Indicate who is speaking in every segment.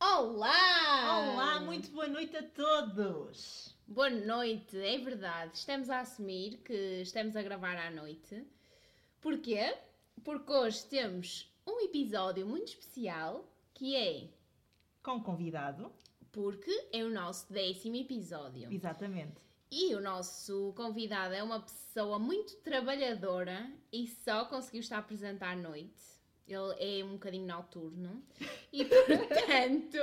Speaker 1: Ah.
Speaker 2: Muito boa noite a todos!
Speaker 1: Boa noite, é verdade. Estamos a assumir que estamos a gravar à noite. Porquê? Porque hoje temos um episódio muito especial que é
Speaker 2: Com convidado,
Speaker 1: porque é o nosso décimo episódio.
Speaker 2: exatamente.
Speaker 1: E o nosso convidado é uma pessoa muito trabalhadora e só conseguiu estar presente à noite. Ele é um bocadinho noturno e, portanto,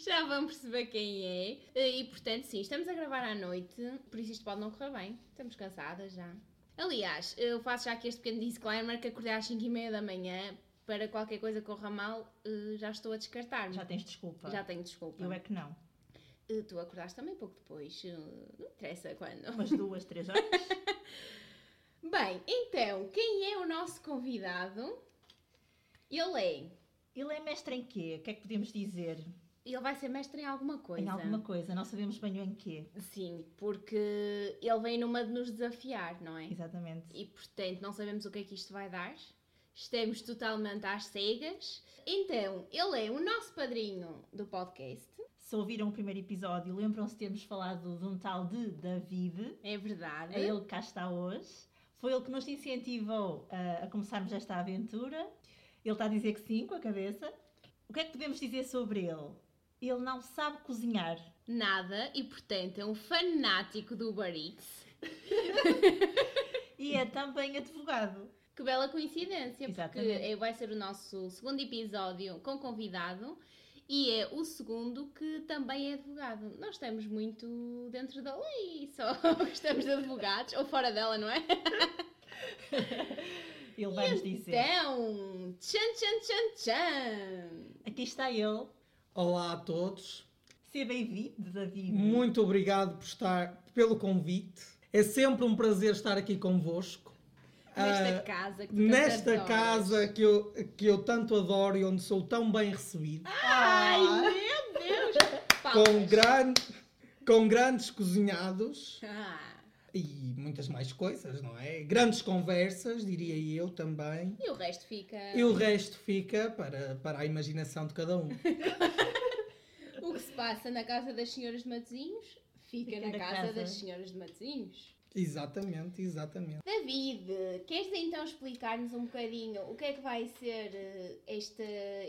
Speaker 1: já vão perceber quem é. E, portanto, sim, estamos a gravar à noite, por isso isto pode não correr bem. Estamos cansadas já. Aliás, eu faço já aqui este pequeno disclaimer que acordei às 5h30 da manhã para qualquer coisa corra mal, eh, já estou a descartar-me.
Speaker 2: Já tens desculpa.
Speaker 1: Já tenho desculpa.
Speaker 2: Eu é que não.
Speaker 1: Eh, Tu acordaste também pouco depois, eh, não interessa quando.
Speaker 2: Umas duas, três horas.
Speaker 1: Bem, então, quem é o nosso convidado? Ele é.
Speaker 2: Ele é mestre em quê? O que é que podemos dizer?
Speaker 1: Ele vai ser mestre em alguma coisa.
Speaker 2: Em alguma coisa, não sabemos bem o em quê.
Speaker 1: Sim, porque ele vem numa de nos desafiar, não é?
Speaker 2: Exatamente.
Speaker 1: E portanto, não sabemos o que é que isto vai dar. Estamos totalmente às cegas. Então, ele é o nosso padrinho do podcast.
Speaker 2: Se ouviram o primeiro episódio, lembram-se de termos falado de um tal de David.
Speaker 1: É verdade.
Speaker 2: É ele que cá está hoje. Foi ele que nos incentivou a, a começarmos esta aventura. Ele está a dizer que sim, com a cabeça. O que é que podemos dizer sobre ele? Ele não sabe cozinhar.
Speaker 1: Nada, e portanto, é um fanático do Uber Eats.
Speaker 2: E é também advogado.
Speaker 1: Que bela coincidência,
Speaker 2: Exatamente.
Speaker 1: porque é- vai ser o nosso segundo episódio com convidado e é o segundo que também é advogado. Nós estamos muito dentro da lei, só estamos de advogados, ou fora dela, não é?
Speaker 2: Ele vai nos dizer.
Speaker 1: Então, tchan tchan tchan tchan!
Speaker 2: Aqui está ele.
Speaker 3: Olá a todos,
Speaker 2: Seja bem-vindo, David.
Speaker 3: muito obrigado por estar, pelo convite. É sempre um prazer estar aqui convosco.
Speaker 1: Nesta
Speaker 3: Ah,
Speaker 1: casa que tu tanto
Speaker 3: nesta
Speaker 1: adoras.
Speaker 3: casa que eu, que eu tanto adoro e onde sou tão bem recebido,
Speaker 1: Ah, Ai meu Deus!
Speaker 3: com,
Speaker 1: Palmas.
Speaker 3: gran, com grandes cozinhados
Speaker 1: Ah,
Speaker 3: e muitas mais coisas, não é? Grandes conversas, diria eu também.
Speaker 1: e o resto fica.
Speaker 3: E o resto fica para, para a imaginação de cada um.
Speaker 1: O que se passa na casa das senhoras de Matozinhos fica, na, casa, das senhoras de Matozinhos.
Speaker 3: Exatamente, exatamente.
Speaker 1: David, queres então explicar-nos um bocadinho o que é que vai ser eh, este,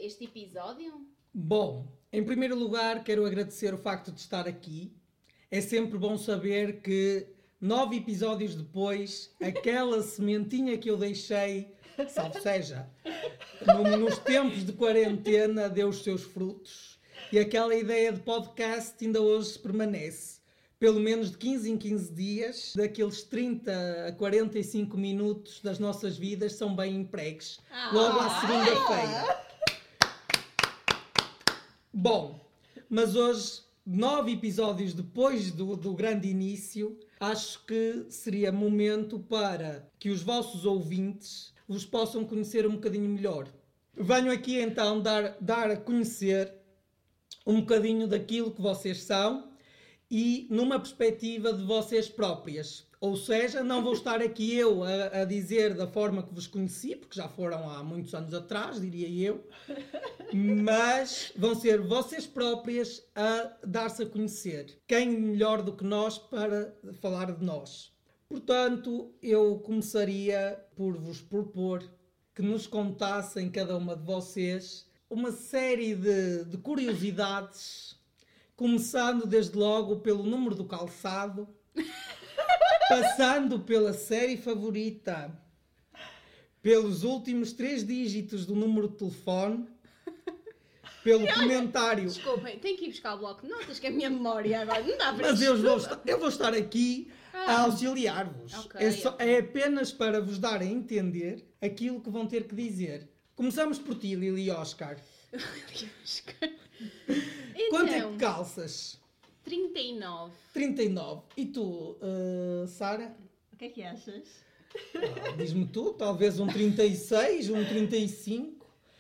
Speaker 1: este episódio?
Speaker 3: Bom, em primeiro lugar, quero agradecer o facto de estar aqui. É sempre bom saber que nove episódios depois, aquela sementinha que eu deixei, salvo seja, no- nos tempos de quarentena, deu os seus frutos. E aquela ideia de podcast ainda hoje permanece. Pelo menos de 15 em 15 dias, daqueles 30 a 45 minutos das nossas vidas são bem empregues. Logo à segunda-feira. Bom, mas hoje, nove episódios depois do, do grande início, acho que seria momento para que os vossos ouvintes vos possam conhecer um bocadinho melhor. Venho aqui então dar, dar a conhecer um bocadinho daquilo que vocês são e numa perspectiva de vocês próprias. Ou seja, não vou estar aqui eu a, a dizer da forma que vos conheci, porque já foram há muitos anos atrás, diria eu, mas vão ser vocês próprias a dar-se a conhecer. Quem melhor do que nós para falar de nós? Portanto, eu começaria por vos propor que nos contassem, cada uma de vocês, uma série de, de curiosidades, começando desde logo pelo número do calçado, passando pela série favorita, pelos últimos três dígitos do número de telefone, pelo comentário
Speaker 1: Desculpem, tenho que ir buscar o bloco de notas, que é a minha memória agora não dá para
Speaker 3: Mas eu
Speaker 1: isto.
Speaker 3: vou, estar- eu vou estar aqui
Speaker 1: Ah.
Speaker 3: a auxiliar-vos.
Speaker 1: Ok,
Speaker 3: é, só- é apenas para vos dar a entender aquilo que vão ter que dizer. Começamos por ti, Lili e Oscar. Quanto é que
Speaker 1: Então,
Speaker 3: calças?
Speaker 1: 39.
Speaker 3: 39. E tu, eh, Sara?
Speaker 2: O que é que achas?
Speaker 3: Ah, Diz-me tu, talvez um 36, um 35.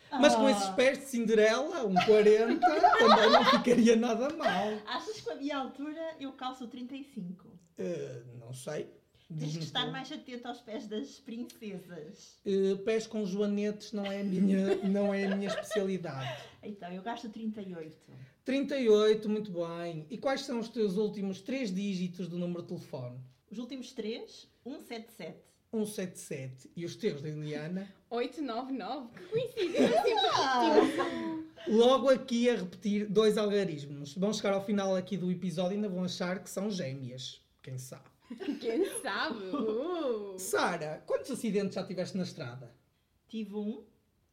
Speaker 3: Mas com
Speaker 2: Ah.
Speaker 3: esses pés de Cinderela, um 40, também não ficaria nada mal.
Speaker 2: Achas que a minha altura eu calço 35?
Speaker 3: Eh, não sei.
Speaker 2: Tens que
Speaker 3: Diz-me
Speaker 2: estar
Speaker 3: tu.
Speaker 2: mais atento aos pés das princesas.
Speaker 3: Eh, pés com joanetes não é a minha, não é a minha especialidade.
Speaker 2: Então, eu gasto 38.
Speaker 3: 38, muito bem. E quais são os teus últimos três dígitos do número de telefone?
Speaker 2: Os últimos três, 177.
Speaker 3: 177. E os teus, da Indiana?
Speaker 1: 899, que coincidência!
Speaker 3: Logo aqui a repetir dois algarismos. Vão chegar ao final aqui do episódio e ainda vão achar que são gêmeas. Quem sabe?
Speaker 1: Quem sabe? Uh.
Speaker 3: Sara, quantos acidentes já tiveste na estrada?
Speaker 2: Tive um.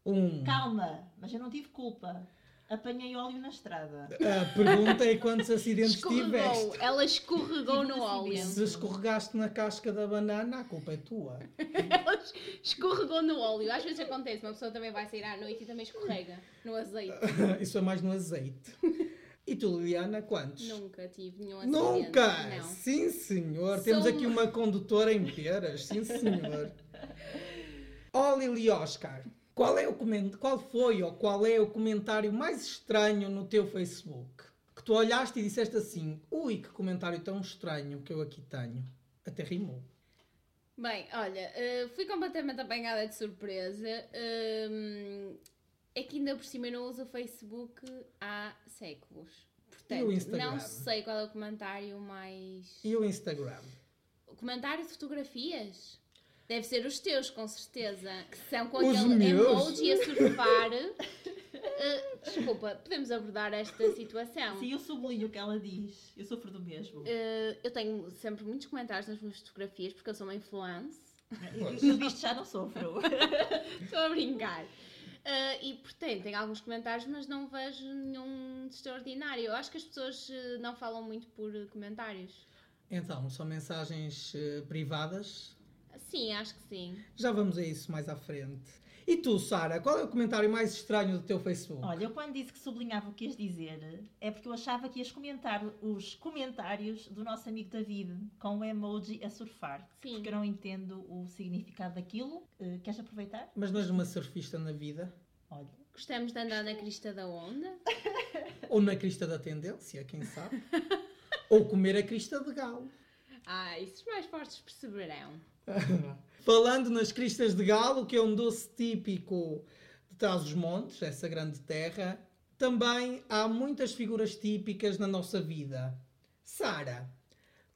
Speaker 3: Um.
Speaker 2: Calma, mas eu não tive culpa. Apanhei óleo na estrada.
Speaker 3: A pergunta é quantos acidentes tiveste?
Speaker 1: Escorregou, ela escorregou no
Speaker 2: Tive
Speaker 1: óleo.
Speaker 2: nascimento.
Speaker 3: Se escorregaste na casca da banana, a culpa é tua.
Speaker 1: Ela es- escorregou no óleo. Às vezes acontece, uma pessoa também vai sair à noite e também escorrega no azeite.
Speaker 3: Isso é mais no azeite. E tu, Liliana, quantos?
Speaker 1: Nunca tive nenhum acidente.
Speaker 3: Nunca!
Speaker 1: Não.
Speaker 3: Sim, senhor.
Speaker 1: Sou
Speaker 3: Temos
Speaker 1: uma-
Speaker 3: aqui uma condutora em peras. Sim, senhor. Ó, Lili Oscar, qual, é o comen- qual foi ou qual é o comentário mais estranho no teu Facebook? Que tu olhaste e disseste assim, ui, que comentário tão estranho que eu aqui tenho. Até rimou.
Speaker 1: Bem, olha, eh, fui completamente apanhada de surpresa. Hum, é que ainda por cima eu não uso o Facebook há séculos.
Speaker 3: E o
Speaker 1: Portanto,
Speaker 3: Instagram?
Speaker 1: não sei qual é o comentário mais.
Speaker 3: E o Instagram?
Speaker 1: O comentário de fotografias? Deve ser os teus, com certeza. Que são com
Speaker 3: Os
Speaker 1: aquele
Speaker 3: meus?
Speaker 1: emoji a surfar. Eh, desculpa, podemos abordar esta situação.
Speaker 2: Sim, eu sublinho o que ela diz. Eu sofro do mesmo.
Speaker 1: Eh, eu tenho sempre muitos comentários nas minhas fotografias porque eu sou uma influencer.
Speaker 2: Eu, eu disto já não sofro.
Speaker 1: Estou a brincar. Ah, e portanto, tem alguns comentários, mas não vejo nenhum de extraordinário. Eu acho que as pessoas eh, não falam muito por eh, comentários.
Speaker 3: Então, são mensagens eh, privadas.
Speaker 1: Sim, acho que sim.
Speaker 3: Já vamos a isso mais à frente. E tu, Sara, qual é o comentário mais estranho do teu Facebook?
Speaker 2: Olha, eu quando disse que sublinhava o que ias dizer, é porque eu achava que ias comentar os comentários do nosso amigo David com o emoji a surfar.
Speaker 1: Sim.
Speaker 2: Porque eu não entendo o significado daquilo. Eh, queres aproveitar?
Speaker 3: Mas não és uma surfista na vida?
Speaker 2: Olha.
Speaker 1: Gostamos de andar na crista da onda.
Speaker 3: Ou na crista da tendência, quem sabe? Ou comer a crista de galo.
Speaker 1: Ah, isso os mais fortes perceberão.
Speaker 3: Falando nas cristas de galo, que é um doce típico de Trás-os-Montes, essa grande terra, também há muitas figuras típicas na nossa vida. Sara,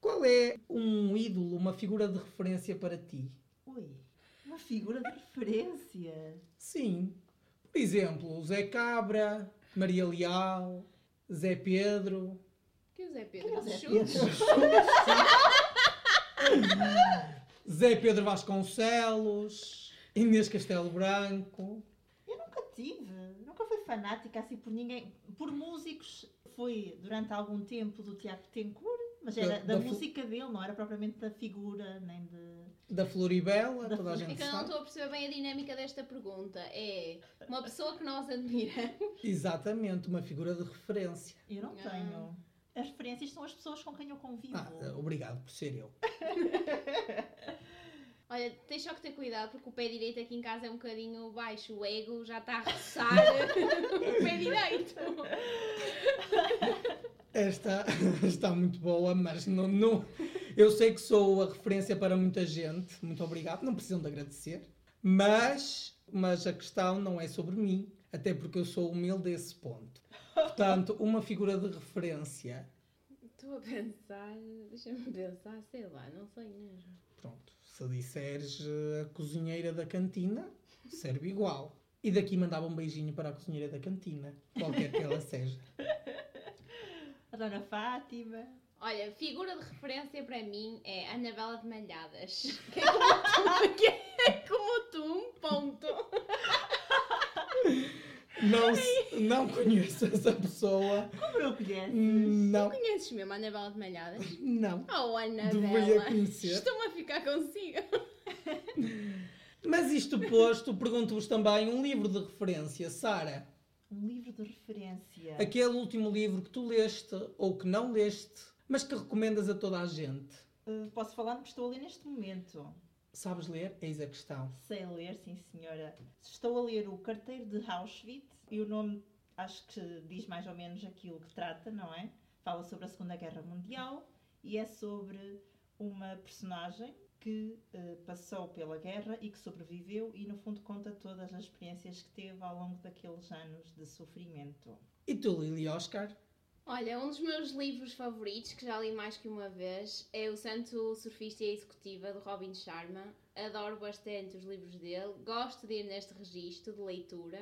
Speaker 3: qual é um ídolo, uma figura de referência para ti?
Speaker 2: Ui, uma figura de referência.
Speaker 3: Sim. Por exemplo, Zé Cabra, Maria Leal, Zé Pedro.
Speaker 1: Que o Zé Pedro
Speaker 2: Quem é o Zé
Speaker 1: Chu?
Speaker 2: Pedro?
Speaker 3: Zé Pedro Vasconcelos, Inês Castelo Branco.
Speaker 2: Eu nunca tive, nunca fui fanática assim por ninguém. Por músicos, fui durante algum tempo do Tiago Tencourt, mas era da,
Speaker 3: Da- da fu-
Speaker 2: música dele, não era propriamente da figura, nem de.
Speaker 3: da Floribela,
Speaker 2: Da
Speaker 3: toda a
Speaker 1: É
Speaker 3: gente
Speaker 1: que eu não
Speaker 3: sabe.
Speaker 1: estou a perceber bem a dinâmica desta pergunta. É uma pessoa que nós admiramos.
Speaker 3: Exatamente, uma figura de referência.
Speaker 2: Eu não
Speaker 1: Ah.
Speaker 2: tenho. As referências são as pessoas com quem eu convivo.
Speaker 3: Ah, obrigado por ser eu.
Speaker 1: Olha, tens só que ter cuidado porque o pé direito aqui em casa é um bocadinho baixo. O ego já está a roçar o pé direito.
Speaker 3: Esta está muito boa, mas não, não- eu sei que sou a referência para muita gente. Muito obrigado, não precisam de agradecer. Mas, mas a questão não é sobre mim, até porque eu sou humilde a esse ponto. Portanto, uma figura de referência.
Speaker 1: Estou a pensar, deixa-me pensar, sei lá, não sei mesmo.
Speaker 3: Pronto, se disseres eh, a cozinheira da cantina, serve igual. E daqui mandava um beijinho para a cozinheira da cantina, qualquer que ela seja.
Speaker 2: A Dona Fátima.
Speaker 1: Olha, figura de referência para mim é Anabela de Malhadas. Que é como tu, que é como tu, ponto.
Speaker 3: Não, se- não conheço essa pessoa.
Speaker 2: Como não conhece?
Speaker 3: Não,
Speaker 1: Conheces mesmo a Anabela de Malhadas?
Speaker 3: não.
Speaker 1: Oh,
Speaker 3: Devia
Speaker 1: Anabela,
Speaker 3: conhecer.
Speaker 1: estou a ficar consigo.
Speaker 3: Mas isto posto, pergunto-vos também um livro de referência, Sara.
Speaker 2: Um livro de referência.
Speaker 3: Aquele último livro que tu leste ou que não leste, mas que recomendas a toda a gente.
Speaker 2: Uh, posso falar porque estou ali neste momento.
Speaker 3: Sabes ler? Eis a questão.
Speaker 2: Sei ler, sim senhora. Estou a ler o Carteiro de Auschwitz e o nome acho que diz mais ou menos aquilo que trata, não é? Fala sobre a Segunda Guerra Mundial e é sobre uma personagem que eh, passou pela guerra e que sobreviveu e no fundo conta todas as experiências que teve ao longo daqueles anos de sofrimento.
Speaker 3: E tu, Lili Oscar?
Speaker 1: Olha, um dos meus livros favoritos, que já li mais que uma vez, é O Santo Surfista e a Executiva, de Robin Sharma. Adoro bastante os livros dele, gosto de ir neste registro de leitura.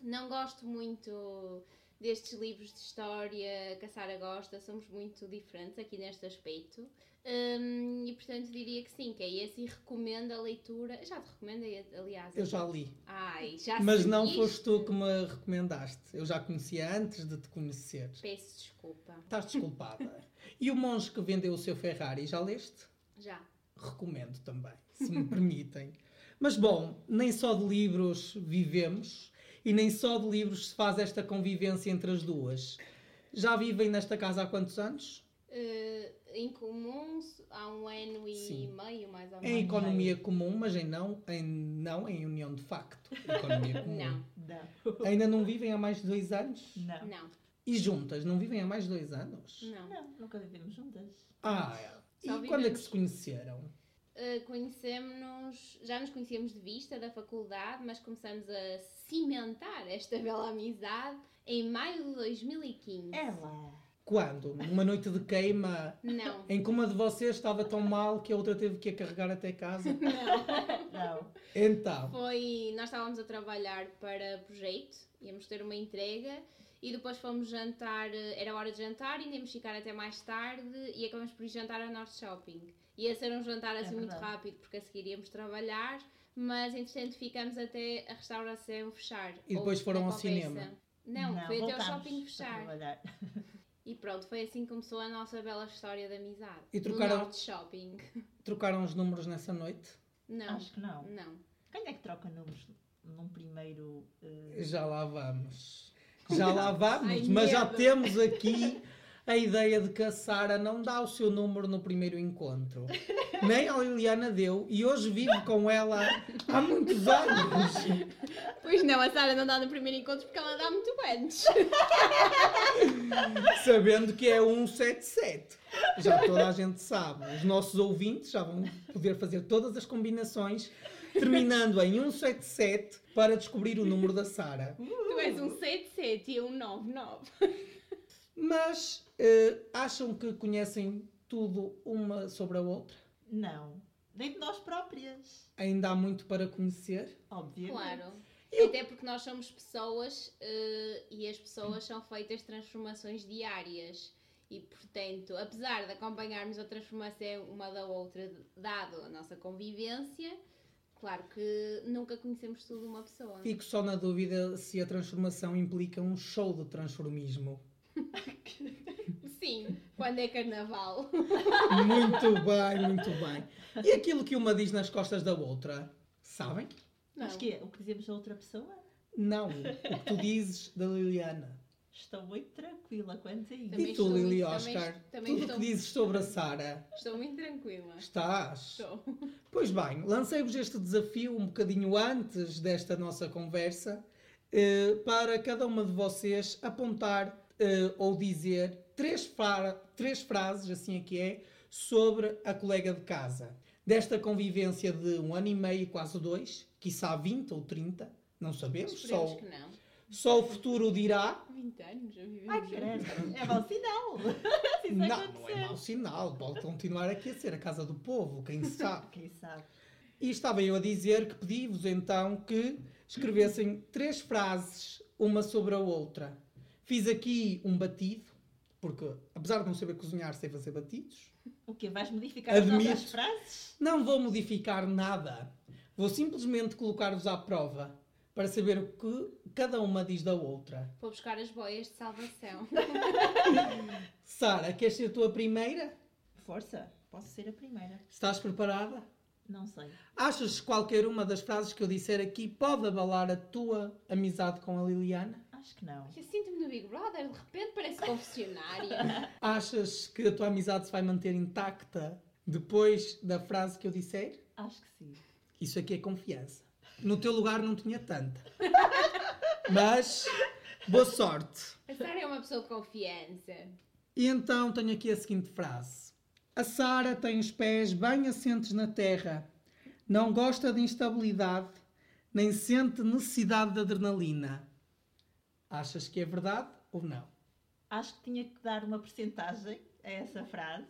Speaker 1: Não gosto muito destes livros de história que a Sara gosta, somos muito diferentes aqui neste aspecto. Hum, e portanto diria que sim, que é esse e recomendo a leitura. Já te recomendo, aliás.
Speaker 3: Eu já li.
Speaker 1: Ai, já
Speaker 3: Mas não
Speaker 1: seguiste?
Speaker 3: foste tu que me recomendaste. Eu já conhecia antes de te conhecer.
Speaker 1: Peço desculpa.
Speaker 3: Estás desculpada. e o monge que vendeu o seu Ferrari, já leste?
Speaker 1: Já.
Speaker 3: Recomendo também, se me permitem. Mas bom, nem só de livros vivemos e nem só de livros se faz esta convivência entre as duas. Já vivem nesta casa há quantos anos?
Speaker 1: Eh, em comum há um ano e
Speaker 3: Sim. É
Speaker 1: meio, mais ou menos.
Speaker 3: Em economia comum, mas em não, em não em união de facto. Economia comum.
Speaker 1: Não,
Speaker 2: Não.
Speaker 3: Ainda não vivem há mais de dois anos?
Speaker 2: Não.
Speaker 1: não,
Speaker 3: E juntas, não vivem há mais de dois anos?
Speaker 1: não.
Speaker 2: Não, nunca vivemos juntas.
Speaker 3: Ah, é. e
Speaker 1: Só
Speaker 3: quando é que
Speaker 1: vivemos-
Speaker 3: se conheceram?
Speaker 1: Eh, conhecemos-nos, já nos conhecíamos de vista da faculdade, mas começamos a cimentar esta bela amizade em maio de 2015.
Speaker 2: É Ela.
Speaker 3: Quando? Numa noite de queima
Speaker 1: Não,
Speaker 3: em que uma de vocês estava tão mal que a outra teve que a carregar até casa?
Speaker 2: Não.
Speaker 3: Então,
Speaker 1: foi. Nós estávamos a trabalhar para projeto, íamos ter uma entrega e depois fomos jantar, eh, era hora de jantar, ainda íamos ficar até mais tarde e acabamos por ir jantar ao Norte Shopping. Ia ser um
Speaker 3: É
Speaker 1: jantar assim muito
Speaker 2: verdade.
Speaker 1: rápido, porque a seguir íamos trabalhar, mas entretanto ficamos até a restauração fechar.
Speaker 3: E
Speaker 1: ou
Speaker 3: depois foram
Speaker 1: na
Speaker 3: ao
Speaker 1: Copessa.
Speaker 3: cinema.
Speaker 1: Não, foi até ao
Speaker 2: voltámos
Speaker 1: shopping
Speaker 2: a
Speaker 1: fechar.
Speaker 2: trabalhar.
Speaker 1: E pronto, foi assim que começou a nossa bela história de amizade.
Speaker 3: E
Speaker 1: No
Speaker 3: trocaram-
Speaker 1: Norte Shopping.
Speaker 3: trocaram os números nessa noite?
Speaker 1: Não,
Speaker 2: Acho que não.
Speaker 1: não.
Speaker 2: Quem é que troca números num primeiro. eh,
Speaker 3: Já lá vamos. Já lá vamos,
Speaker 1: Ai,
Speaker 3: mas já
Speaker 1: medo.
Speaker 3: temos aqui a ideia de que a Sara não dá o seu número no primeiro encontro. Nem a Liliana deu, e hoje vivo com ela há muitos anos.
Speaker 1: Pois não, a Sara não dá no primeiro encontro porque ela dá muito antes.
Speaker 3: Sabendo que é 177. Já toda a gente sabe. Os nossos ouvintes já vão poder fazer todas as combinações, terminando em 177 para descobrir o número da Sara.
Speaker 1: Tu és um 77 e eu um 99.
Speaker 3: Mas eh, acham que conhecem tudo uma sobre a outra?
Speaker 2: Não. Nem de nós próprias.
Speaker 3: Ainda há muito para conhecer?
Speaker 2: Obviamente.
Speaker 1: Claro.
Speaker 3: Eu-
Speaker 1: Até porque nós somos pessoas eh, e as pessoas são feitas de transformações diárias. E, portanto, apesar de acompanharmos a transformação uma da outra, dado a nossa convivência, claro que nunca conhecemos tudo uma pessoa.
Speaker 3: Fico só na dúvida se a transformação implica um show de transformismo.
Speaker 1: Sim, quando é carnaval.
Speaker 3: Muito bem, muito bem. E aquilo que uma diz nas costas da outra, sabem?
Speaker 2: Mas que é? O que dizemos a outra pessoa?
Speaker 3: Não, o que tu dizes da Liliana.
Speaker 2: Estou muito tranquila quanto a isso.
Speaker 1: Também
Speaker 3: e tu,
Speaker 1: estou muito-
Speaker 3: Lili
Speaker 1: também-
Speaker 3: Oscar,
Speaker 1: também
Speaker 3: tudo o
Speaker 1: estou-
Speaker 3: que dizes sobre a Sara,
Speaker 2: é?
Speaker 1: Estou muito tranquila.
Speaker 3: estás?
Speaker 1: Estou.
Speaker 3: Pois bem, lancei-vos este desafio um bocadinho antes desta nossa conversa, eh, para cada uma de vocês apontar eh, ou dizer três, fra- três frases, assim aqui é, sobre a colega de casa. Desta convivência de um ano e meio, quase dois, quiçá 20 ou 30, não sabemos,
Speaker 1: Esperemos
Speaker 3: só,
Speaker 1: que não.
Speaker 3: só o futuro dirá.
Speaker 1: 20 anos, já vivemos.
Speaker 2: Ai, caramba. É bom sinal. Se isso
Speaker 3: Não, não é
Speaker 2: acontecer.
Speaker 3: mau sinal. Pode continuar aqui a ser a casa do povo, quem sabe.
Speaker 2: Quem sabe?
Speaker 3: E estava eu a dizer que pedi-vos então que escrevessem três frases, uma sobre a outra. Fiz aqui um batido, porque apesar de não saber cozinhar, sei fazer batidos.
Speaker 2: O quê? Vais modificar
Speaker 3: Admito.
Speaker 2: as nossas frases?
Speaker 3: Não vou modificar nada. Vou simplesmente colocar-vos à prova para saber o que cada uma diz da outra.
Speaker 1: Vou buscar as boias de salvação.
Speaker 3: Sara, queres ser tu a primeira?
Speaker 2: Força. Posso ser a primeira.
Speaker 3: Estás preparada?
Speaker 2: Não sei.
Speaker 3: Achas que qualquer uma das frases que eu disser aqui pode abalar a tua amizade com a Liliana?
Speaker 2: Acho que não.
Speaker 1: Eu sinto-me no Big Brother, de repente parece confessionária.
Speaker 3: Achas que a tua amizade se vai manter intacta depois da frase que eu disser?
Speaker 2: Acho que sim.
Speaker 3: Isso aqui é confiança. No teu lugar não tinha tanta. Mas, boa sorte.
Speaker 1: A Sara é uma pessoa de confiança.
Speaker 3: E então tenho aqui a seguinte frase: A Sara tem os pés bem assentes na terra, não gosta de instabilidade, nem sente necessidade de adrenalina. Achas que é verdade ou não?
Speaker 2: acho que tinha que dar uma percentagem a essa frase,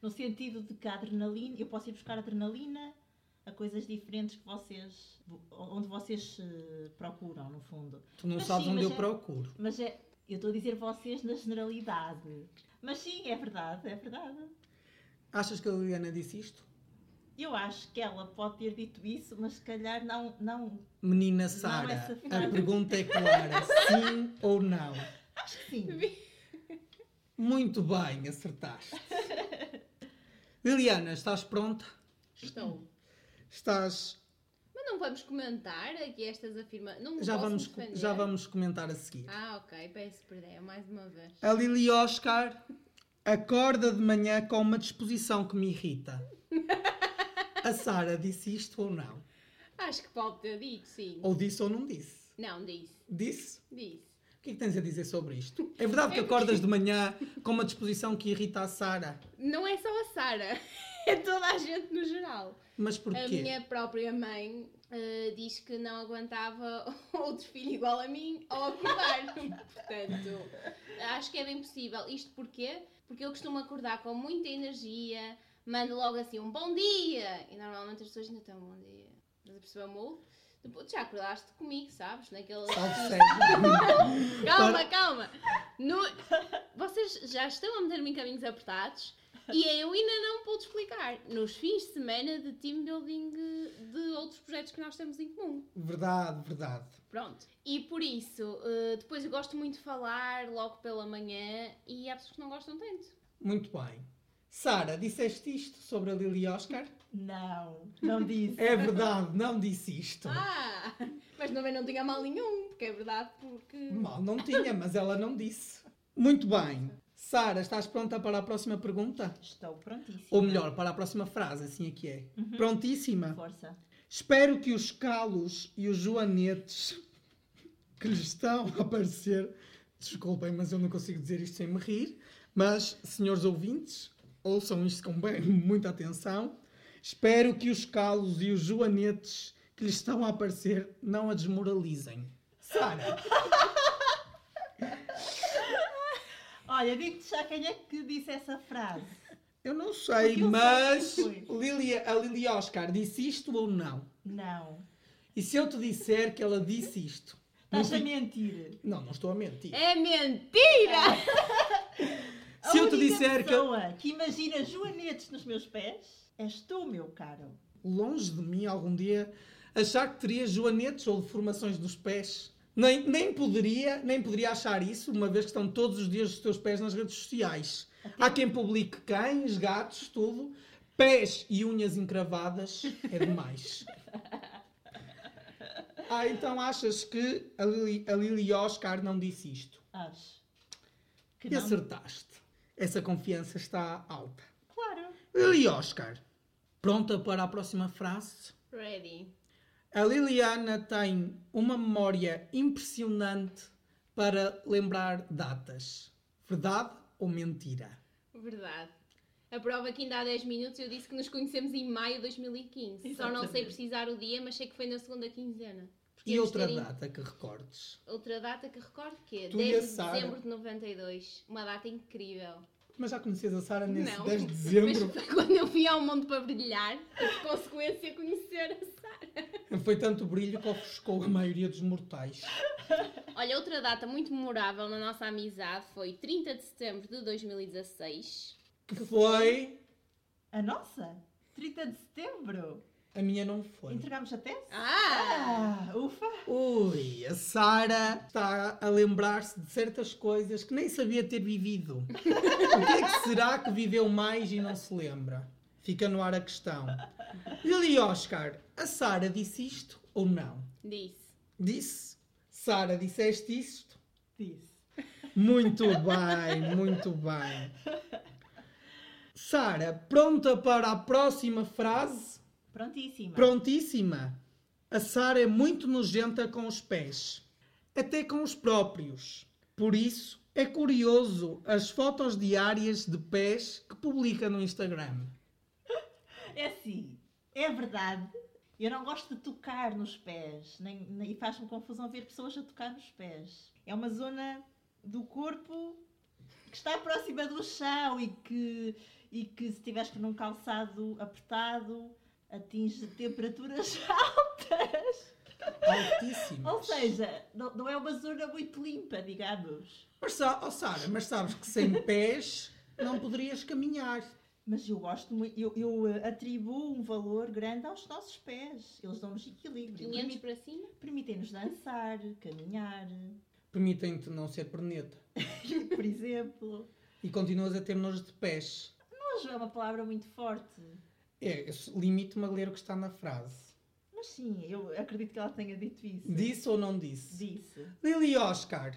Speaker 2: no sentido de que a adrenalina, eu posso ir buscar adrenalina a coisas diferentes que vocês, onde vocês eh, procuram, no fundo.
Speaker 3: Tu não
Speaker 2: Mas
Speaker 3: sabes
Speaker 2: sim,
Speaker 3: onde
Speaker 2: mas
Speaker 3: eu
Speaker 2: é-
Speaker 3: procuro.
Speaker 2: Mas é, eu estou a dizer vocês na generalidade. Mas sim, é verdade, é verdade.
Speaker 3: Achas que a Liliana disse isto?
Speaker 2: Eu acho que ela pode ter dito isso, mas se calhar não, não.
Speaker 3: Menina Sara,
Speaker 2: essa
Speaker 3: a
Speaker 2: frase.
Speaker 3: pergunta é clara: sim ou não?
Speaker 2: Acho que sim.
Speaker 3: Muito bem, acertaste. Liliana, estás pronta? Então,
Speaker 1: Estou.
Speaker 3: Estás.
Speaker 1: Mas não vamos comentar aqui estas afirmações. Não me
Speaker 3: Já
Speaker 1: posso
Speaker 3: vamos, co-
Speaker 1: defender.
Speaker 3: já vamos comentar a seguir.
Speaker 1: Ah, ok. Peço perdão, mais uma vez.
Speaker 3: A Lili Oscar acorda de manhã com uma disposição que me irrita. A Sara disse isto ou não?
Speaker 1: Acho que pode ter dito, sim.
Speaker 3: Ou disse ou não disse?
Speaker 1: Não, disse.
Speaker 3: Disse?
Speaker 1: Disse.
Speaker 3: O que é que tens a dizer sobre isto? É verdade que acordas de manhã com uma disposição que irrita a Sara,
Speaker 1: Não é só a Sara, é toda a gente no geral.
Speaker 3: mas porquê?
Speaker 1: A minha própria mãe eh, diz que não aguentava outro filho igual a mim ao acordar. Portanto, acho que era impossível. Isto porquê? Porque eu costumo acordar com muita energia, mando logo assim um bom dia! E normalmente as pessoas ainda estão bom dia. Mas percebeu-me? Depois já acordaste comigo, sabes? Naquele.
Speaker 3: Salve Sérgio.
Speaker 1: Calma, calma! No- Vocês já estão a meter-me em caminhos apertados e eu ainda não pude explicar. Nos fins de semana de team building eh, de outros projetos que nós temos em comum.
Speaker 3: verdade, verdade.
Speaker 1: Pronto. E por isso, eh, depois eu gosto muito de falar logo pela manhã e há pessoas que não gostam tanto.
Speaker 3: Muito bem. Sara, disseste isto sobre a Lili Oscar?
Speaker 2: Não, não disse.
Speaker 3: É verdade, não disse isto.
Speaker 1: Ah! Mas também não tinha mal nenhum, porque é verdade, porque.
Speaker 3: Mal não tinha, mas ela não disse. Muito bem. Sara, estás pronta para a próxima pergunta?
Speaker 2: Estou prontíssima.
Speaker 3: Ou melhor, para a próxima frase, assim aqui é. Prontíssima?
Speaker 2: Força.
Speaker 3: Espero que os calos e os joanetes que lhes estão a aparecer. Desculpem, mas eu não consigo dizer isto sem me rir. Mas, senhores ouvintes, ouçam isto com bem, muita atenção. Espero que os calos e os joanetes que lhes estão a aparecer não a desmoralizem. Sara,
Speaker 2: Olha, digo-te já quem é que disse essa frase.
Speaker 3: eu não sei,
Speaker 2: Eu sei
Speaker 3: mas
Speaker 2: quem foi.
Speaker 3: Lilia, a Lili Oscar disse isto ou não?
Speaker 2: Não.
Speaker 3: E se eu te disser que ela disse isto? Não,
Speaker 2: Estás a
Speaker 3: fi-
Speaker 2: mentir.
Speaker 3: não, não estou a mentir.
Speaker 1: É mentira!
Speaker 3: Se eu te
Speaker 2: única
Speaker 3: disser que eu-
Speaker 2: pessoa que imagina joanetes nos meus pés, és tu, meu caro.
Speaker 3: longe de mim algum dia achar que teria joanetes ou deformações dos pés. Nem, nem poderia, nem poderia achar isso, uma vez que estão todos os dias os teus pés nas redes sociais. Há quem publique cães, gatos, tudo. Pés e unhas encravadas é demais. ah, então achas que a Lili, a Lili Oscar não disse isto?
Speaker 2: Acho. Que
Speaker 3: E
Speaker 2: não.
Speaker 3: acertaste. Essa confiança está alta.
Speaker 2: Claro.
Speaker 3: Lili Oscar, pronta para a próxima frase?
Speaker 1: Ready.
Speaker 3: A Liliana tem uma memória impressionante para lembrar datas. Verdade ou mentira?
Speaker 1: Verdade. A prova é que ainda há 10 minutos eu disse que nos conhecemos em maio de 2015. Só não sei
Speaker 2: Exatamente.
Speaker 1: precisar o dia, mas sei que foi na segunda quinzena. Porque
Speaker 3: E
Speaker 1: eles
Speaker 3: outra
Speaker 1: terem-
Speaker 3: data que recordes?
Speaker 1: Outra data que recordo que é
Speaker 3: Tu
Speaker 1: 10
Speaker 3: e a
Speaker 1: de
Speaker 3: Sara.
Speaker 1: dezembro de 92. Uma data incrível.
Speaker 3: Mas já conheces a Sara nesse
Speaker 1: não.
Speaker 3: 10 de dezembro?
Speaker 1: Mas foi quando eu fui ao mundo para brilhar, e por consequência conhecer a Sara.
Speaker 3: Foi tanto brilho que ofuscou a maioria dos mortais.
Speaker 1: Olha, outra data muito memorável na nossa amizade foi 30 de setembro de 2016.
Speaker 3: Que foi.
Speaker 2: A nossa? 30 de setembro.
Speaker 3: A minha não foi.
Speaker 2: Entregámos a tese?
Speaker 1: Ah!
Speaker 2: Ah, ufa.
Speaker 3: Ui, a Sara está a lembrar-se de certas coisas que nem sabia ter vivido. O que é que será que viveu mais e não se lembra? Fica no ar a questão. Lili Oscar, a Sara disse isto ou não?
Speaker 1: Disse.
Speaker 3: Disse? Sara, disseste isto?
Speaker 2: Disse.
Speaker 3: Muito bem, muito bem. Sara, pronta para a próxima frase?
Speaker 2: Prontíssima.
Speaker 3: Prontíssima. A Sara é muito nojenta com os pés, até com os próprios. Por isso, é curioso as fotos diárias de pés que publica no Instagram.
Speaker 2: É assim, é verdade. Eu não gosto de tocar nos pés, nem, nem- e faz-me confusão ver pessoas a tocar nos pés. É uma zona do corpo que está próxima do chão e que, e que se estiveres com um calçado apertado atinge temperaturas altas.
Speaker 3: Altíssimas.
Speaker 2: Ou seja, não, não é uma zona muito limpa, digamos.
Speaker 3: Mas, sa- oh, Sara, mas sabes que sem pés não poderias caminhar.
Speaker 2: Mas eu gosto muito, eu, eu eh, atribuo um valor grande aos nossos pés. Eles dão-nos equilíbrio.
Speaker 1: 500
Speaker 2: Permi-
Speaker 1: para cima?
Speaker 2: Permitem-nos dançar, caminhar,
Speaker 3: Permitem-te não ser perneta.
Speaker 2: por exemplo.
Speaker 3: E continuas a ter nojo de pés.
Speaker 2: Nojo é uma palavra muito forte.
Speaker 3: É, eu limito-me a ler o que está na frase.
Speaker 2: Mas sim, eu acredito que ela tenha dito isso.
Speaker 3: Disse ou não disse?
Speaker 2: Disse.
Speaker 3: Lili Oscar,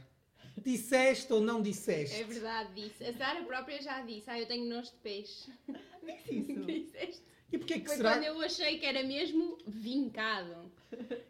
Speaker 3: disseste ou não disseste?
Speaker 1: É verdade, disse. A Sara própria já disse. Ah, eu tenho nojo de peixe.
Speaker 2: Disse isso.
Speaker 1: Disseste.
Speaker 3: E porquê é que
Speaker 1: Foi
Speaker 3: será?
Speaker 1: quando eu achei que era mesmo vincado.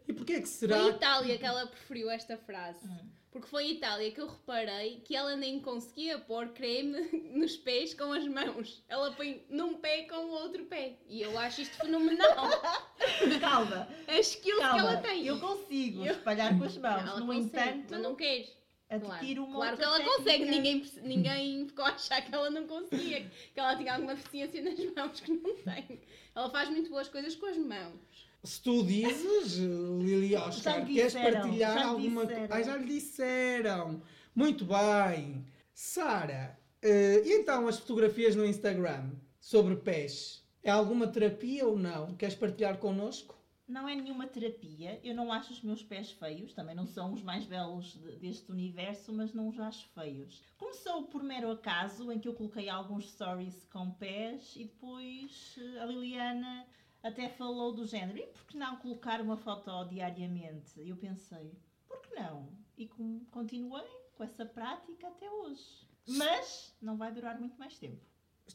Speaker 3: E porquê é que será?
Speaker 1: Foi em Itália que ela preferiu esta frase.
Speaker 2: Hum.
Speaker 1: Porque foi em Itália que eu reparei que ela nem conseguia pôr creme nos pés com as mãos. Ela põe num pé com o outro pé. E eu acho isto fenomenal.
Speaker 2: Calma,
Speaker 1: As skills
Speaker 2: calma.
Speaker 1: que ela tem.
Speaker 2: Eu consigo
Speaker 1: Eu-
Speaker 2: espalhar com as mãos.
Speaker 1: ela
Speaker 2: no
Speaker 1: consegue,
Speaker 2: entanto,
Speaker 1: mas não queres.
Speaker 2: adquiro
Speaker 1: Claro,
Speaker 2: uma
Speaker 1: claro que
Speaker 2: outra
Speaker 1: ela consegue.
Speaker 2: técnica.
Speaker 1: Ninguém, perce- ninguém ficou a achar que ela não conseguia. Que ela tinha alguma deficiência nas mãos que não tem. Ela faz muito boas coisas com as mãos.
Speaker 3: Se tu dizes, Lili
Speaker 2: Já
Speaker 3: Oscar,
Speaker 2: lhe
Speaker 3: queres
Speaker 2: disseram,
Speaker 3: partilhar
Speaker 2: já lhe
Speaker 3: alguma coisa?
Speaker 2: disseram.
Speaker 3: Ah, já lhe disseram. Muito bem. Sara, eh, e então as fotografias no Instagram sobre pés? É alguma terapia ou não? Queres partilhar connosco?
Speaker 2: Não é nenhuma terapia. Eu não acho os meus pés feios. Também não são os mais belos de- deste universo, mas não os acho feios. Começou por mero acaso, em que eu coloquei alguns stories com pés e depois eh, a Liliana até falou do género. E por que não colocar uma foto diariamente? E Eu pensei, por que não? E com- continuei com essa prática até hoje. Mas não vai durar muito mais tempo.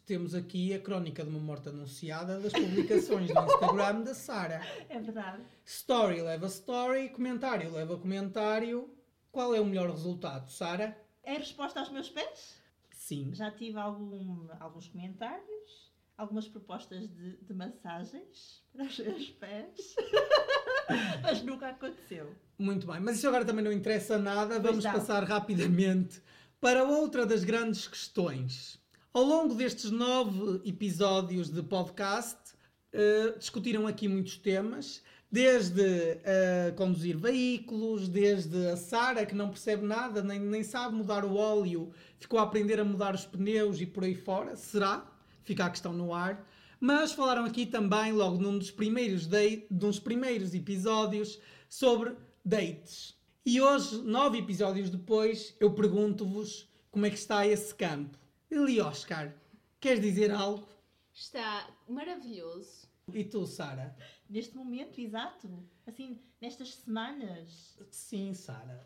Speaker 3: Temos aqui a crónica de uma morte anunciada das publicações no Instagram da Sara.
Speaker 2: É verdade.
Speaker 3: Story leva story, comentário leva comentário. Qual é o melhor resultado, Sara?
Speaker 2: É resposta aos meus pés?
Speaker 3: Sim.
Speaker 2: Já tive algum- alguns comentários, algumas propostas de, de massagens para os meus pés, mas nunca aconteceu.
Speaker 3: Muito bem, mas isso agora também não interessa nada,
Speaker 2: Pois
Speaker 3: vamos
Speaker 2: não.
Speaker 3: passar rapidamente para outra das grandes questões. Ao longo destes nove episódios de podcast, eh, discutiram aqui muitos temas, desde eh, conduzir veículos, desde a Sara, que não percebe nada, nem, nem sabe mudar o óleo, ficou a aprender a mudar os pneus e por aí fora, será? Fica a questão no ar. Mas falaram aqui também, logo num dos primeiros, dei- de uns primeiros episódios, sobre dates. E hoje, nove episódios depois, eu pergunto-vos como é que está esse campo. Eli Oscar, queres dizer algo?
Speaker 1: Está maravilhoso.
Speaker 3: E tu, Sara?
Speaker 2: Neste momento, exato, assim, nestas semanas,
Speaker 3: Sim, Sara.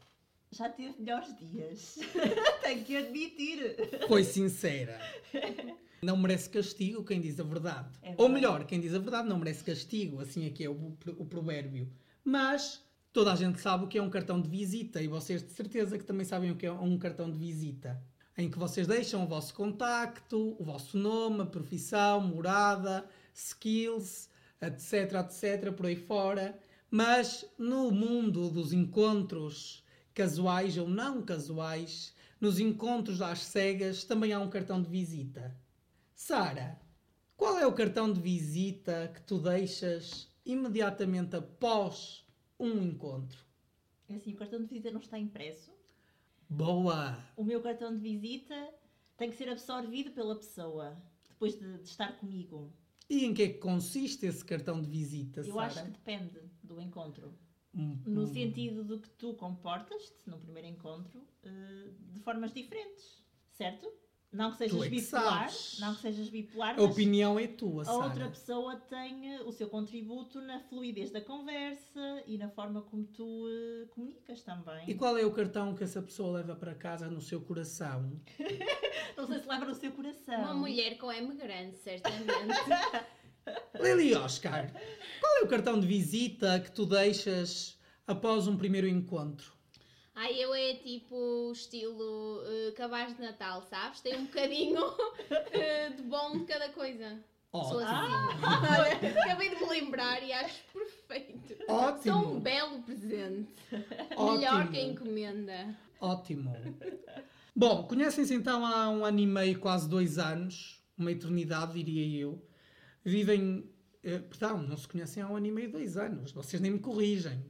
Speaker 2: já teve melhores dias. Tenho que admitir.
Speaker 3: Foi sincera. Não merece castigo quem diz a verdade.
Speaker 2: É verdade.
Speaker 3: Ou melhor, quem diz a verdade não merece castigo, assim aqui é o, pro- o provérbio. Mas toda a gente sabe o que é um cartão de visita e vocês de certeza que também sabem o que é um cartão de visita. Em que vocês deixam o vosso contacto, o vosso nome, a profissão, morada, skills, etc, etc, por aí fora. Mas no mundo dos encontros casuais ou não casuais, nos encontros às cegas também há um cartão de visita. Sara, qual é o cartão de visita que tu deixas imediatamente após um encontro?
Speaker 2: É Assim, o cartão de visita não está impresso.
Speaker 3: Boa!
Speaker 2: O meu cartão de visita tem que ser absorvido pela pessoa, depois de, de estar comigo.
Speaker 3: E em que é que consiste esse cartão de visita,
Speaker 2: Eu
Speaker 3: Sara?
Speaker 2: acho que depende do encontro.
Speaker 3: Hum,
Speaker 2: No
Speaker 3: hum.
Speaker 2: sentido do que tu comportas-te no primeiro encontro eh, de formas diferentes, certo? Não que sejas
Speaker 3: é que
Speaker 2: bipolar,
Speaker 3: sabes.
Speaker 2: não que sejas bipolar,
Speaker 3: A opinião é tua,
Speaker 2: mas a
Speaker 3: Sara.
Speaker 2: outra pessoa tem eh, o seu contributo na fluidez da conversa e na forma como tu eh, comunicas também.
Speaker 3: E qual é o cartão que essa pessoa leva para casa no seu coração?
Speaker 2: Não sei se leva no seu coração.
Speaker 1: Uma mulher com M grande, certamente.
Speaker 3: Lili Oscar, qual é o cartão de visita que tu deixas após um primeiro encontro?
Speaker 1: Ai, eu é tipo estilo eh, cabaz de Natal, sabes? Tem um bocadinho eh, de bom de cada coisa. Sou
Speaker 3: Ótimo.
Speaker 1: assim. Acabei de me lembrar e acho perfeito.
Speaker 3: Ótimo.
Speaker 1: Sou um belo presente.
Speaker 3: Ótimo.
Speaker 1: Melhor que a encomenda.
Speaker 3: Ótimo. Bom, conhecem-se então há um ano e meio, quase dois anos, uma eternidade, diria eu. Vivem. eh, Perdão, não se conhecem há um ano e meio, dois anos. Vocês nem me corrigem.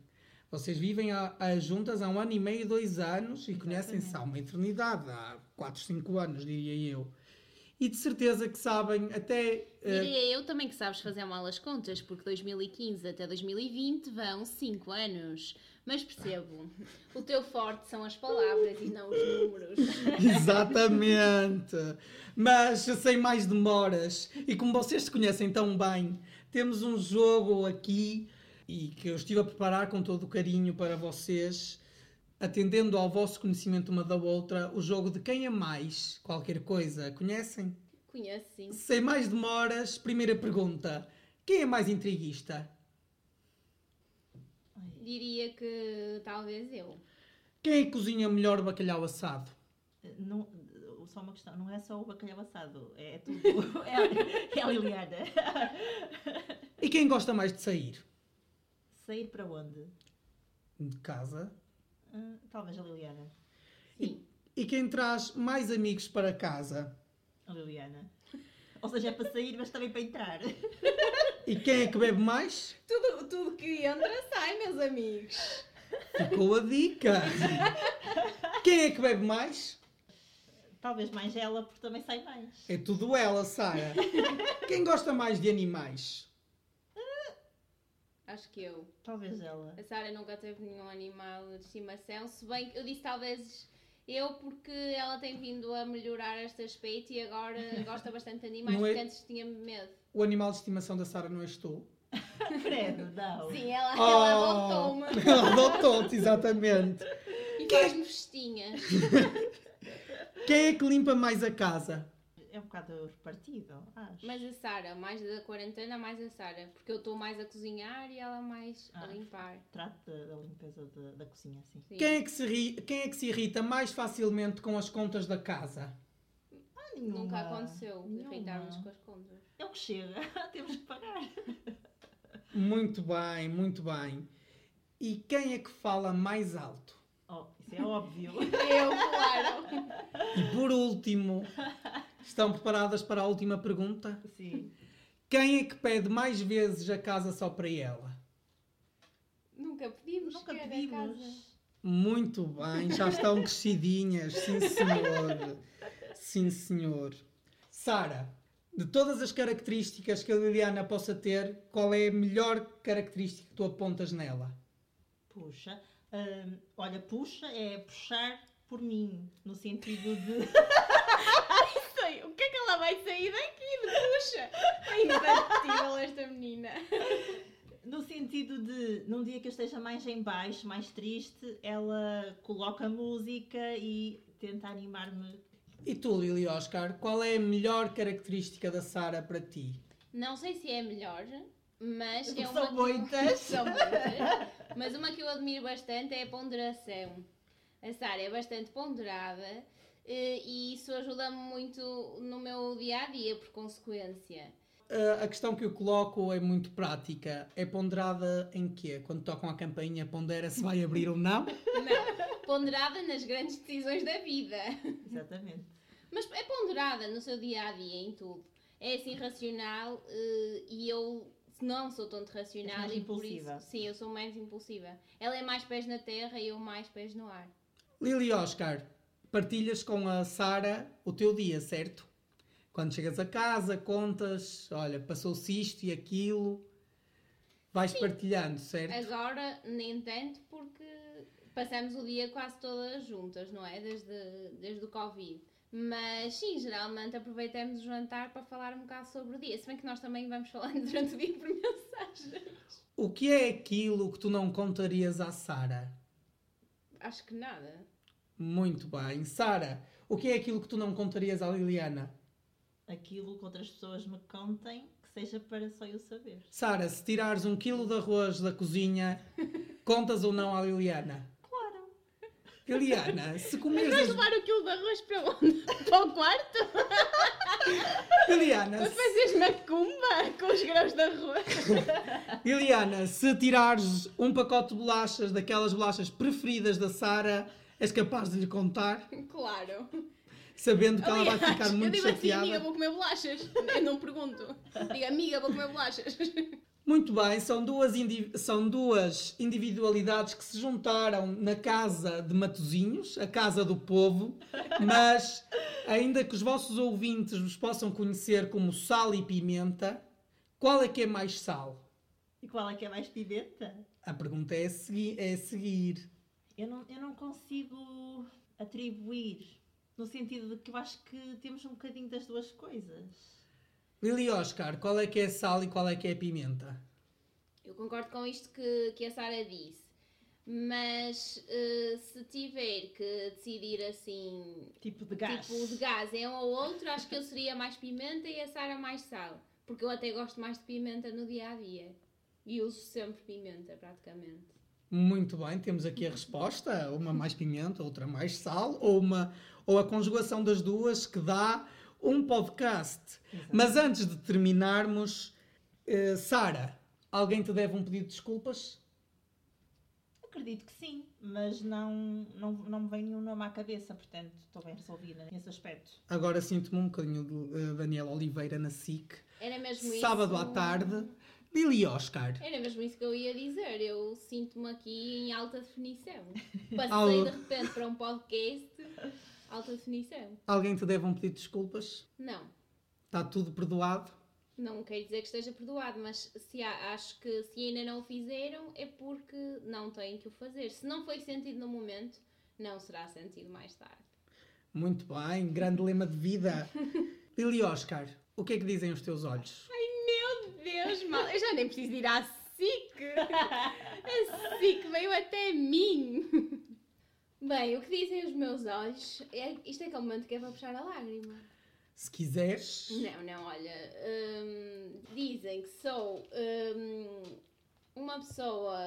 Speaker 3: Vocês vivem a- a- juntas há um ano e meio, dois anos e conhecem-se há uma eternidade, há quatro, cinco anos, diria eu. E de certeza que sabem até. eh,
Speaker 1: Diria eu também que sabes fazer mal as contas, porque 2015 até 2020 vão 5 anos. Mas percebo, o teu forte são as palavras e não os números.
Speaker 3: Exatamente. Mas sem mais demoras, e como vocês se conhecem tão bem, temos um jogo aqui e que eu estive a preparar com todo o carinho para vocês, atendendo ao vosso conhecimento uma da outra, o jogo de quem é mais qualquer coisa. Conhecem?
Speaker 1: Conheço sim.
Speaker 3: Sem mais demoras, primeira pergunta: quem é mais intriguista?
Speaker 1: Diria que talvez eu.
Speaker 3: Quem é que cozinha melhor bacalhau assado?
Speaker 2: Eh, Não, só uma questão, não é só o bacalhau assado, é tudo. É, é a Liliana.
Speaker 3: E quem gosta mais de sair?
Speaker 2: Sair para onde?
Speaker 3: De casa.
Speaker 2: Hum, talvez a Liliana.
Speaker 1: Sim.
Speaker 3: E quem traz mais amigos para casa?
Speaker 2: A Liliana. Ou seja, é para sair, mas também para entrar.
Speaker 3: E quem é que bebe mais?
Speaker 1: Tudo, tudo que entra sai, meus amigos.
Speaker 3: Ficou a dica. Quem é que bebe mais?
Speaker 2: Talvez mais ela, porque também sai mais.
Speaker 3: É tudo ela, Sara. Quem gosta mais de animais?
Speaker 1: Acho que eu.
Speaker 2: Talvez ela.
Speaker 1: A Sara nunca teve nenhum animal de estimação, se bem que eu disse talvez eu, porque ela tem vindo a melhorar este aspecto e agora gosta bastante de animais,
Speaker 3: Não é-
Speaker 1: porque antes tinha medo.
Speaker 3: O animal de estimação da Sara não és tu?
Speaker 2: Credo, não.
Speaker 1: Sim, ela, ela
Speaker 3: Oh!
Speaker 1: adotou-me
Speaker 3: Ela adotou-te, exatamente.
Speaker 1: e faz-me festinhas.
Speaker 3: Quem é que limpa mais a casa?
Speaker 2: É um bocado repartido, acho.
Speaker 1: Mas a Sara, mais da quarentena, mais a Sara, porque eu estou mais a cozinhar e ela mais a
Speaker 2: Ah.
Speaker 1: limpar.
Speaker 2: Trato da, da limpeza da, da cozinha, assim.
Speaker 1: Sim.
Speaker 3: Quem é, que se ri- quem é que se irrita mais facilmente com as contas da casa?
Speaker 1: Nunca aconteceu de
Speaker 2: Nenhuma.
Speaker 1: enfeitarmos com as contas.
Speaker 2: É o que chega, temos que pagar.
Speaker 3: Muito bem, muito bem. E quem é que fala mais alto?
Speaker 2: Oh, isso é óbvio.
Speaker 1: Eu, claro.
Speaker 3: E por último, estão preparadas para a última pergunta?
Speaker 2: Sim.
Speaker 3: Quem é que pede mais vezes a casa só para ela?
Speaker 1: Nunca pedimos,
Speaker 2: Nunca
Speaker 1: sequer a casa.
Speaker 2: pedimos.
Speaker 3: Muito bem, já estão crescidinhas, sim senhor. Sim senhor. Sara, de todas as características que a Liliana possa ter, qual é a melhor característica que tu apontas nela?
Speaker 2: Puxa. Hum, olha, puxa é puxar por mim, no sentido de.
Speaker 1: sei, o que é que ela vai sair daqui de puxa? É indebatível esta menina.
Speaker 2: No sentido de, num dia que eu esteja mais em baixo, mais triste, ela coloca música e tenta animar-me.
Speaker 3: E tu, Lili Oscar, qual é a melhor característica da Sara para ti?
Speaker 1: Não sei se é a melhor, mas é
Speaker 2: São
Speaker 1: uma que eu-
Speaker 2: muitas.
Speaker 1: São muitas. Mas uma que eu admiro bastante é a ponderação. A Sara é bastante ponderada eh, e isso ajuda-me muito no meu dia a dia, por consequência.
Speaker 3: Ah, A questão que eu coloco é muito prática. É ponderada em quê? Quando tocam a campainha, pondera se vai abrir ou não?
Speaker 1: Não, ponderada nas grandes decisões da vida.
Speaker 2: Exatamente.
Speaker 1: Mas é ponderada no seu dia a dia, em tudo. É assim racional eh, e eu não sou tanto
Speaker 2: És
Speaker 1: racional
Speaker 2: mais
Speaker 1: e por
Speaker 2: impulsiva.
Speaker 1: isso. Sim, eu sou mais impulsiva. Ela é mais pés na terra e eu mais pés no ar.
Speaker 3: Lili Oscar, partilhas com a Sara o teu dia, certo? Quando chegas a casa, contas, olha, passou-se isto e aquilo. Vais partilhando, certo?
Speaker 1: Agora, nem tanto, porque passamos o dia quase todas juntas, não é? Desde, desde o Covid. Mas sim, geralmente aproveitamos o jantar para falar um bocado sobre o dia. Se bem que nós também vamos falando durante o dia por mensagem.
Speaker 3: O que é aquilo que tu não contarias à Sara?
Speaker 1: Acho que nada.
Speaker 3: Muito bem. Sara, o que é aquilo que tu não contarias à Liliana?
Speaker 2: Aquilo que outras pessoas me contem, que seja para só eu saber.
Speaker 3: Sara, se tirares um quilo de arroz da cozinha, contas ou não à Liliana?
Speaker 2: Claro.
Speaker 3: Liliana, se comeres
Speaker 1: Vais
Speaker 3: as...
Speaker 1: levar o quilo de arroz para onde? Para o quarto?
Speaker 3: Liliana, se-
Speaker 1: Fazes macumba com os grãos de arroz?
Speaker 3: Liliana, se tirares um pacote de bolachas, daquelas bolachas preferidas da Sara, És capaz de lhe contar,
Speaker 1: Claro.
Speaker 3: sabendo que Então ela vai
Speaker 1: Aliás,
Speaker 3: ficar
Speaker 1: eu
Speaker 3: muito
Speaker 1: digo assim,
Speaker 3: chateada.
Speaker 1: amiga, vou comer bolachas. Eu não pergunto. Diga, amiga, vou comer bolachas.
Speaker 3: Muito bem, são duas, indi- são duas individualidades que se juntaram na casa de Matozinhos, a casa do povo, mas ainda que os vossos ouvintes vos possam conhecer como sal e pimenta, qual é que é mais sal?
Speaker 2: E qual é que é mais pimenta?
Speaker 3: A pergunta é a, segui- é a seguir.
Speaker 2: Eu não, eu não consigo atribuir, no sentido de que eu acho que temos um bocadinho das duas coisas.
Speaker 3: Lili Oscar, qual é que é sal e qual é que é pimenta?
Speaker 1: Eu concordo com isto que, que a Sara disse. Mas eh, se tiver que decidir assim,
Speaker 2: Tipo de gás.
Speaker 1: tipo de gás, é um ou outro, acho que eu seria mais pimenta e a Sara mais sal. Porque eu até gosto mais de pimenta no dia a dia. E uso sempre pimenta, praticamente.
Speaker 3: Muito bem, temos aqui a resposta, uma mais pimenta, outra mais sal, ou, uma, ou a conjugação das duas que dá um podcast.
Speaker 2: Exato.
Speaker 3: Mas antes de terminarmos, eh, Sara, alguém te deve um pedido de desculpas?
Speaker 2: Acredito que sim, mas não, não, não me vem nenhum nome à cabeça, portanto estou bem resolvida nesse aspecto.
Speaker 3: Agora sinto-me um bocadinho de eh, Daniela Oliveira na SIC.
Speaker 1: Era mesmo
Speaker 3: Sábado
Speaker 1: isso.
Speaker 3: à tarde, Lili Oscar.
Speaker 1: Era mesmo isso que eu ia dizer. Eu sinto-me aqui em alta definição. Passei
Speaker 3: Alô.
Speaker 1: de repente para um podcast alta definição.
Speaker 3: Alguém te deve um pedido de desculpas?
Speaker 1: Não,
Speaker 3: Está tudo perdoado?
Speaker 1: não quer dizer que esteja perdoado, mas se há- acho que se ainda não o fizeram é porque não têm que o fazer. Se não foi sentido no momento, não será sentido mais tarde.
Speaker 3: Muito bem, grande lema de vida. Lili Oscar, o que é que dizem os teus olhos?
Speaker 1: Meu Deus, mal, eu já nem preciso ir à SIC. A SIC veio até mim. Bem, o que dizem os meus olhos? É, isto é aquele momento que é para puxar a lágrima.
Speaker 3: Se quiseres.
Speaker 1: Não, não, olha. hum, dizem que sou hum, uma pessoa,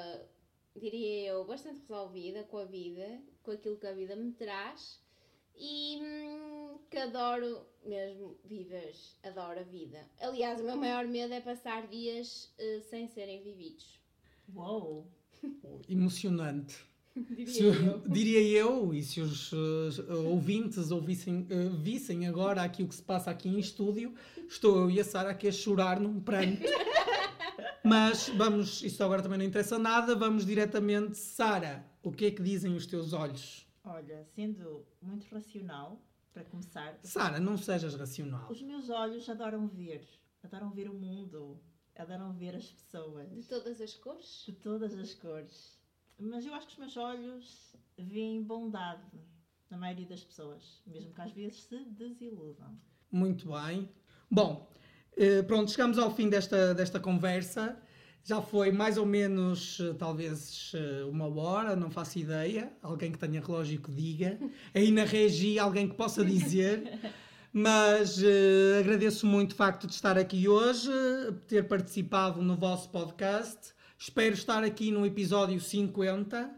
Speaker 1: diria eu, bastante resolvida com a vida, com aquilo que a vida me traz e hum, que adoro mesmo viver, adoro a vida. Aliás, o meu maior medo é passar dias eh, sem serem vividos.
Speaker 2: Uou!
Speaker 3: Emocionante. Se
Speaker 1: Diria eu.
Speaker 3: o- diria eu, e se os eh, ouvintes ouvissem, eh, vissem agora aqui o que se passa aqui em estúdio, estou eu e a Sara aqui a chorar num pranto. Mas vamos, isto agora também não interessa nada, vamos diretamente. Sara, o que é que dizem os teus olhos?
Speaker 2: Olha, sendo muito racional, para começar,
Speaker 3: Sara, não sejas racional.
Speaker 2: os meus olhos adoram ver. Adoram ver o mundo, adoram ver as pessoas.
Speaker 1: De todas as cores?
Speaker 2: De todas as cores. Mas eu acho que os meus olhos veem bondade na maioria das pessoas, mesmo que às vezes se desiludam.
Speaker 3: Muito bem. Bom, eh, pronto, chegamos ao fim desta, desta conversa. Já foi mais ou menos, eh, talvez, eh, uma hora, não faço ideia. Alguém que tenha relógio que diga. Aí na regi, alguém que possa dizer. Mas eh, agradeço muito o facto de estar aqui hoje, eh, ter participado no vosso podcast. Espero estar aqui no episódio 50.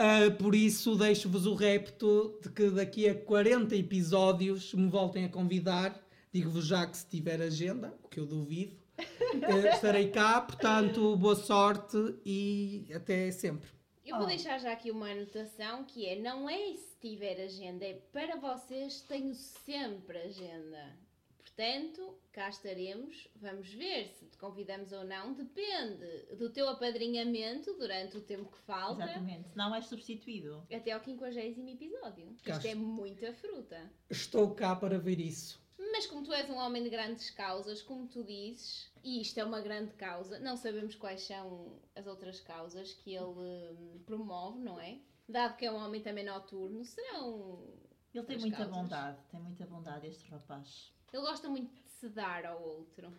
Speaker 3: Ah, por isso, deixo-vos o repto de que daqui a 40 episódios me voltem a convidar. Digo-vos já que se tiver agenda, o que eu duvido, eh, estarei cá. Portanto, boa sorte e até sempre.
Speaker 1: Eu vou
Speaker 2: Oh.
Speaker 1: deixar já aqui uma anotação que é: não é se tiver agenda, é para vocês tenho sempre agenda. Portanto, cá estaremos. Vamos ver se te convidamos ou não. Depende do teu apadrinhamento durante o tempo que falta
Speaker 2: Exatamente. Senão és substituído.
Speaker 1: até ao 50 episódio.
Speaker 3: Cá
Speaker 1: Isto é
Speaker 3: está.
Speaker 1: muita fruta.
Speaker 3: Estou cá para ver isso.
Speaker 1: Mas como tu és um homem de grandes causas, como tu dizes, e isto é uma grande causa, não sabemos quais são as outras causas que ele hum, promove, não é? Dado que é um homem também noturno, um, serão.
Speaker 2: Ele tem
Speaker 1: As
Speaker 2: muita
Speaker 1: causas.
Speaker 2: bondade, tem muita bondade este rapaz.
Speaker 1: Ele gosta muito de se dar ao outro.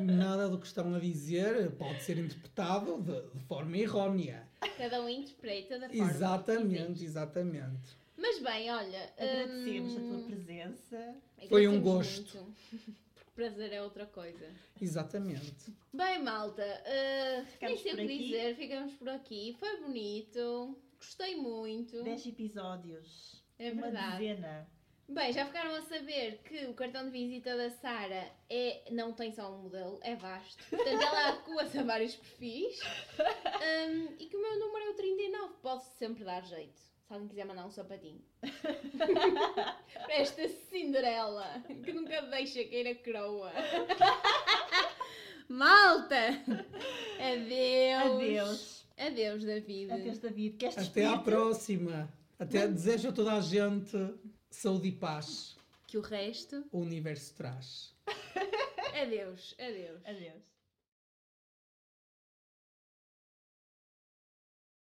Speaker 3: Nada do que estão a dizer pode ser interpretado de, de forma errónea.
Speaker 1: Cada um interpreta da forma.
Speaker 3: Exatamente, exatamente.
Speaker 1: Mas bem, olha.
Speaker 2: Agradecemos a
Speaker 1: hum,
Speaker 2: tua presença.
Speaker 3: Foi um
Speaker 1: agradecemos
Speaker 3: gosto.
Speaker 1: muito, porque prazer é outra coisa.
Speaker 3: Exatamente.
Speaker 1: Bem, malta, uh, nem
Speaker 2: Ficamos
Speaker 1: sei o
Speaker 2: por
Speaker 1: que
Speaker 2: aqui.
Speaker 1: dizer, ficamos por aqui. Foi bonito, gostei muito.
Speaker 2: 10 episódios.
Speaker 1: Hum. É
Speaker 2: uma
Speaker 1: verdade.
Speaker 2: dezena.
Speaker 1: Bem, já ficaram a saber que o cartão de visita da Sara é, não tem só um modelo, é vasto. Portanto, ela adequa-se a vários perfis. Hum, e que o meu número é o 39. Pode sempre dar jeito. Se alguém quiser mandar um sapatinho. Para esta Cinderela, que nunca deixa cair a croa. Malta! Adeus!
Speaker 2: Adeus.
Speaker 1: Adeus, David.
Speaker 2: Adeus, David. Queres
Speaker 3: Até à
Speaker 2: despedir-te?
Speaker 3: próxima. Até desejo a toda a gente saúde e paz.
Speaker 1: Que o resto.
Speaker 3: O universo traz.
Speaker 1: Adeus, adeus.
Speaker 2: Adeus.